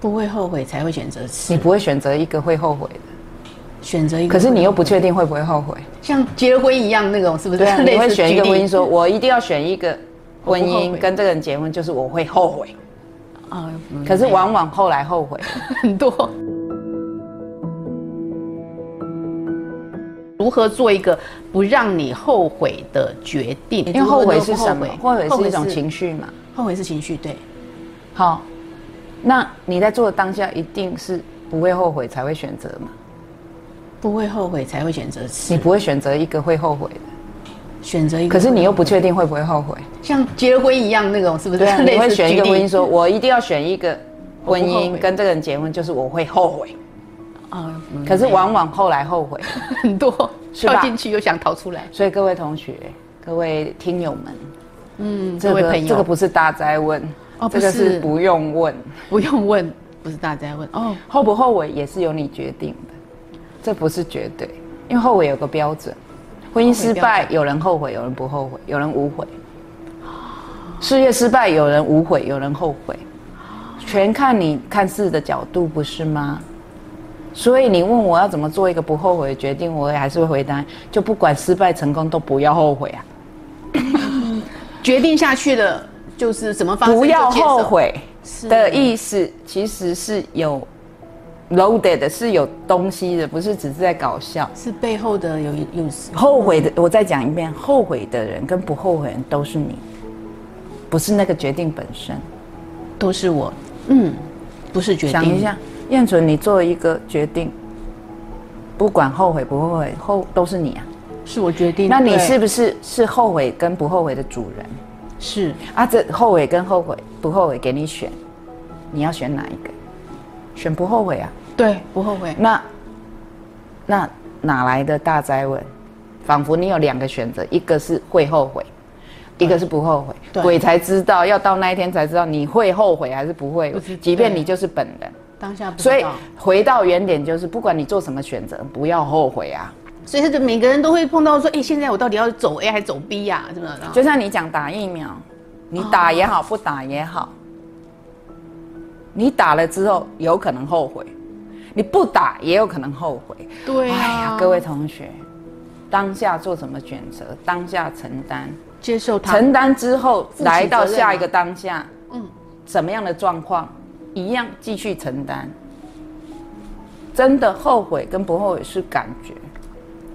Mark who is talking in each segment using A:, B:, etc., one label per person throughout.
A: 不会后悔才会选择吃，
B: 你不会选择一个会后悔的，
A: 选择一个。
B: 可是你又不确定会不会后悔。
A: 像结了婚一样那种，是不是？
B: 对啊，
A: 类似
B: 你会选一个
A: 举例
B: 婚姻说，我一定要选一个婚
A: 我不后
B: 姻
A: 悔
B: 跟这个人结婚，就是我会后悔。
A: 啊、嗯
B: 可是往往后来后悔，
A: 很多。如何做一个不让你后悔的决定？
B: 因为后悔是什么
A: 如？
B: 后
A: 何
B: 悔
A: 都不后
B: 是一种，情绪嘛。
A: 后悔是情绪，对，
B: 好，那你在做的当下一定是不会后悔才会选择嘛？
A: 不会后悔才会选择
B: 你
A: 吃，
B: 不会选择一个会后悔的，
A: 选择一个。
B: 嗯可是你又不确定会不会后悔。
A: 像结了婚一样那种，是不是？
B: 对 啊，
A: 类
B: 你
A: 似
B: 会选一个
A: 举例
B: 婚姻说，我一定要选一个
A: 我
B: 婚
A: 不后
B: 姻
A: 悔
B: 跟这个人结婚，就是我会后悔。
A: 啊、嗯
B: 可是往往后来后悔。
A: 很多
B: 是吧
A: 跳进去又想逃出来。
B: 所以各位同学、各位听友们，
A: 嗯，
B: 这
A: 各位
B: 个
A: 朋友，
B: 这个不是大灾问，
A: 哦
B: 这个
A: 不是
B: 是不用问，
A: 不用问，不是大家问哦。
B: 后不后悔也是由你决定的，这不是绝对，因为后悔有个标准，婚姻失败有人后悔，有人不后悔，有人无悔，事业失败有人无悔，有人后悔，全看你看事的角度，不是吗？所以你问我要怎么做一个不后悔的决定，我也还是会回答，就不管失败成功都不要后悔啊。
A: 决定下去了，就是什么方式
B: 不要
A: 啊就接受
B: 后，悔
A: 是
B: 的意思，其实是有 loaded 的是有东西的，不是只是在搞笑。
A: 是背后的有有时
B: 后悔的，我再讲一遍，后悔的人跟不后悔的人都是你，不是那个决定本身。
A: 都是我，嗯，不是决定。
B: 想一，下，燕纯，你做一个决定，不管后悔不后悔，后都是你啊。
A: 是我决定。
B: 那你
A: 对
B: 是不是是后悔跟不后悔的主人
A: 是
B: 啊？这后悔跟后悔不后悔给你选，你要选哪一个？选不后悔啊。
A: 对，不后悔。
B: 那那哪来的大灾问？仿佛你有两个选择，一个是会后悔，一个是不后悔。
A: 对
B: 鬼才知道，要到那一天才知道你会后悔还是不会
A: 不知。
B: 即便
A: 对
B: 你就是本人，
A: 当下不知
B: 所以
A: 道，
B: 回到原点，就是不管你做什么选择，不要后悔啊！
A: 所以他就每个人都会碰到说，哎、现在我到底要走 A 还走 B 呀、怎么的？
B: 就像你讲打疫苗，你
A: 哦
B: 打也好，不打也好，你打了之后有可能后悔，你不打也有可能后悔。
A: 对
B: 哎
A: 啊，
B: 呀，各位同学，当下做什么选择，当下承担，
A: 接受他
B: 承担之后
A: 负起
B: 来到
A: 责任
B: 下
A: 啊
B: 一个当下，嗯
A: 嗯，
B: 什么样的状况，一样继续承担。真的后悔跟不后悔是感觉，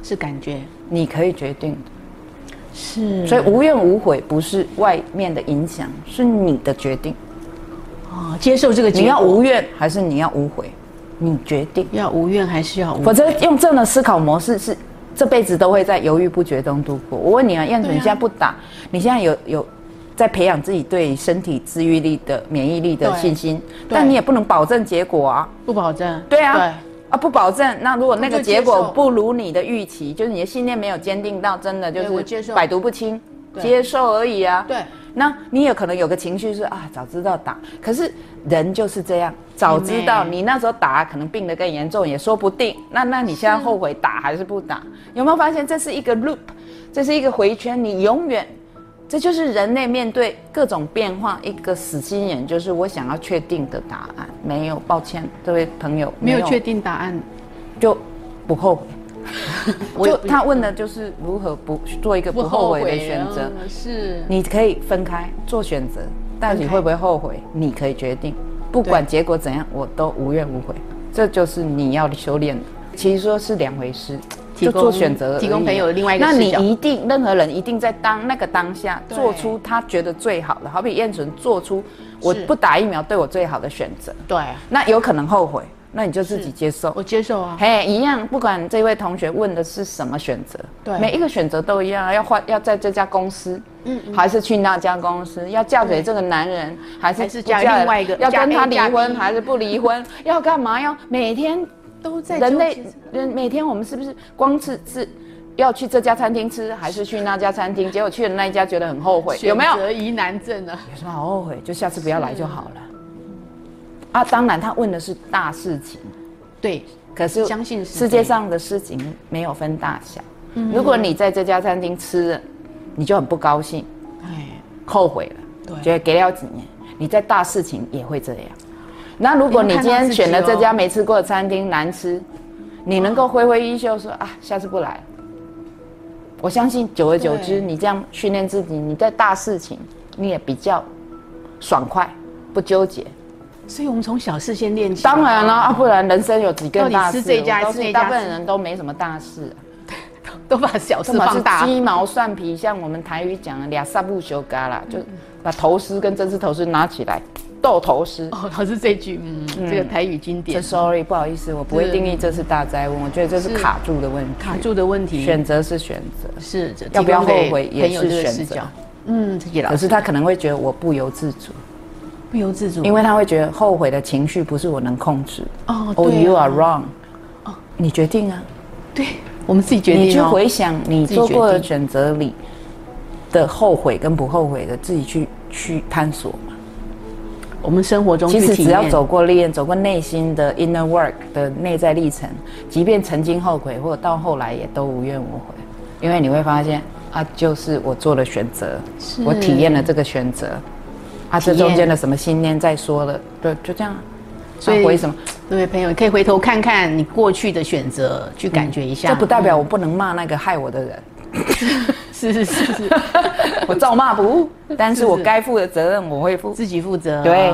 A: 是感觉
B: 你可以决定
A: 嗯
B: 的。
A: 是，
B: 所以无怨无悔不是外面的影响，是你的决定。
A: 哦，接受这个结
B: 你
A: 果，
B: 要无怨还是你要无悔，你决定。
A: 要无怨还是要无？
B: 否则用这样的思考模式是这辈子都会在犹豫不决中度过。我问你啊，燕子，
A: 对啊
B: 你现在不打，你现在有有在培养自己对身体自愈力的免疫力的
A: 对
B: 信心，
A: 对
B: 但你也不能保证结果啊。
A: 不保证。
B: 对啊，啊不保证。那如果那个
A: 我就接
B: 结果
A: 受
B: 不如你的预期，就是你的信念没有坚定到，真的就
A: 对我接
B: 是
A: 受
B: 百毒不侵，
A: 对
B: 接受而已啊。
A: 对。
B: 那你有可能有个情绪是啊，早知道打，可是人就是这样，早知道
A: 妹
B: 你那时候打，可能病得更严重也说不定。那那你现在后悔打还是不打？有没有发现这是一个 loop，这是一个回圈？你永远，这就是人类面对各种变化一个死心眼，就是我想要确定的答案。没有，抱歉，这位朋友
A: 没有确定答案，
B: 就不后 悔。
A: 我
B: 就
A: 也不
B: 他问的就是如何不做一个不后悔的选择。
A: 啊是
B: 你可以分开做选择，到底
A: 分开
B: 会不会后悔，你可以决定。不管结果怎样，我都无怨无悔。这就是你要修炼的。其实说是两回事，
A: 提
B: 就
A: 供
B: 做选择而已啊，
A: 提供朋友另外一个
B: 那你
A: 视角
B: 一定，任何人一定在当那个当下
A: 对
B: 做出他觉得最好的。好比燕纯做出我
A: 是
B: 不打疫苗对我最好的选择，
A: 对，
B: 那有可能后悔，那你就自己
A: 是
B: 接受
A: 我。接受啊，
B: 嘿，一样，不管这位同学问的是什么选择，
A: 对
B: 每一个选择都一样啊，要换，要在这家公司，嗯，还是去那家公司，要嫁给这个男人，还是
A: 还是
B: 不
A: 嫁
B: 人
A: 另外一个
B: 要
A: 嫁
B: 跟
A: A
B: 他离
A: 嫁 B
B: 婚还是不离婚，要干嘛？要每天
A: 都在
B: 人
A: 纠
B: 类
A: 结
B: 人每天我们是不是光是是要去这家餐厅吃，还是去那家餐厅？结果去了那一家觉得很后悔，有没有？
A: 选择疑难症啊？
B: 有什么好后悔？就下次不要来就好了。啊，当然，他问的是大事情。
A: 对，
B: 可是
A: 相信嗯是
B: 世界上的事情没有分大小。如果你在这家餐厅吃了，你就很不高兴，
A: 哎，
B: 后悔了，
A: 对
B: 觉得给了几年，你在大事情也会这样。那如果你
A: 你看
B: 今
A: 到
B: 天
A: 自己
B: 选了这
A: 哦
B: 家没吃过的餐厅难吃，你能够挥挥衣袖说啊，下次不来了。我相信久而久之，
A: 对
B: 你这样训练自己，你在大事情你也比较爽快，不纠结。
A: 所以我们从小事先练起。
B: 当然了，啊，不然人生有几
A: 到
B: 件
A: 底
B: 大
A: 吃
B: 事？
A: 这家
B: 我告
A: 还是
B: 诉你
A: 那家
B: 大部分
A: 吃
B: 人都没什么大事、啊。
A: 都把小事
B: 这么
A: 放
B: 是
A: 大，
B: 鸡毛蒜皮，像我们台语讲的俩三不修嘎啦，就把头丝跟针织头丝拿起来斗头丝。
A: 哦，老师这句，嗯，这个台语经
B: 这
A: 典
B: sorry，不好意思，我不会
A: 是
B: 定义这是大灾问，我觉得这是
A: 是
B: 卡住的问题。
A: 卡住的问题
B: 选择是选择，
A: 是
B: 要不要
A: 提供给
B: 后悔也
A: 朋友
B: 是
A: 这个
B: 选
A: 视
B: 择
A: 角。嗯，谢谢老
B: 可
A: 师
B: 是他可能会觉得我不由自主，
A: 不由自主，
B: 因为他会觉得后悔的情绪不是我能控制。
A: 哦
B: 哦
A: 对啊哦
B: you are wrong。你决定啊，
A: 对我们自己决
B: 你去
A: 定哦。
B: 回想你
A: 自己
B: 做过
A: 决
B: 的
A: 定
B: 选择里的后悔跟不后悔的，自己去去探索嘛。
A: 我们生活中
B: 其
A: 去
B: 实
A: 体
B: 只要
A: 验
B: 走过历练，走过内心的 inner work 的内在历程，即便曾经后悔，或到后来也都无怨无悔，因为你会发现啊，就是我做了选择，我体验了这个选择，啊，这
A: 体验
B: 中间的什么信念再说了，对，就这样啊。
A: 所以
B: 啊、回什么？
A: 对朋友，你可以回头看看你过去的选择，去感觉一下。
B: 嗯这不代表我不能骂那个害我的人，
A: 是是是是，
B: 我照骂不误，但是我
A: 是
B: 该负的责任我会负。
A: 自己负责。
B: 对，